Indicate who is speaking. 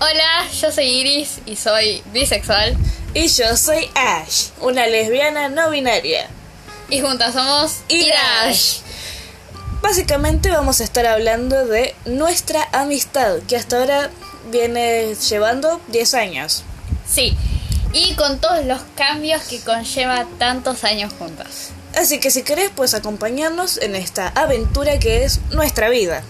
Speaker 1: Hola, yo soy Iris y soy bisexual.
Speaker 2: Y yo soy Ash, una lesbiana no binaria.
Speaker 1: Y juntas somos
Speaker 2: Irash. Básicamente vamos a estar hablando de nuestra amistad, que hasta ahora viene llevando 10 años.
Speaker 1: Sí. Y con todos los cambios que conlleva tantos años juntas.
Speaker 2: Así que si querés, pues acompañarnos en esta aventura que es nuestra vida.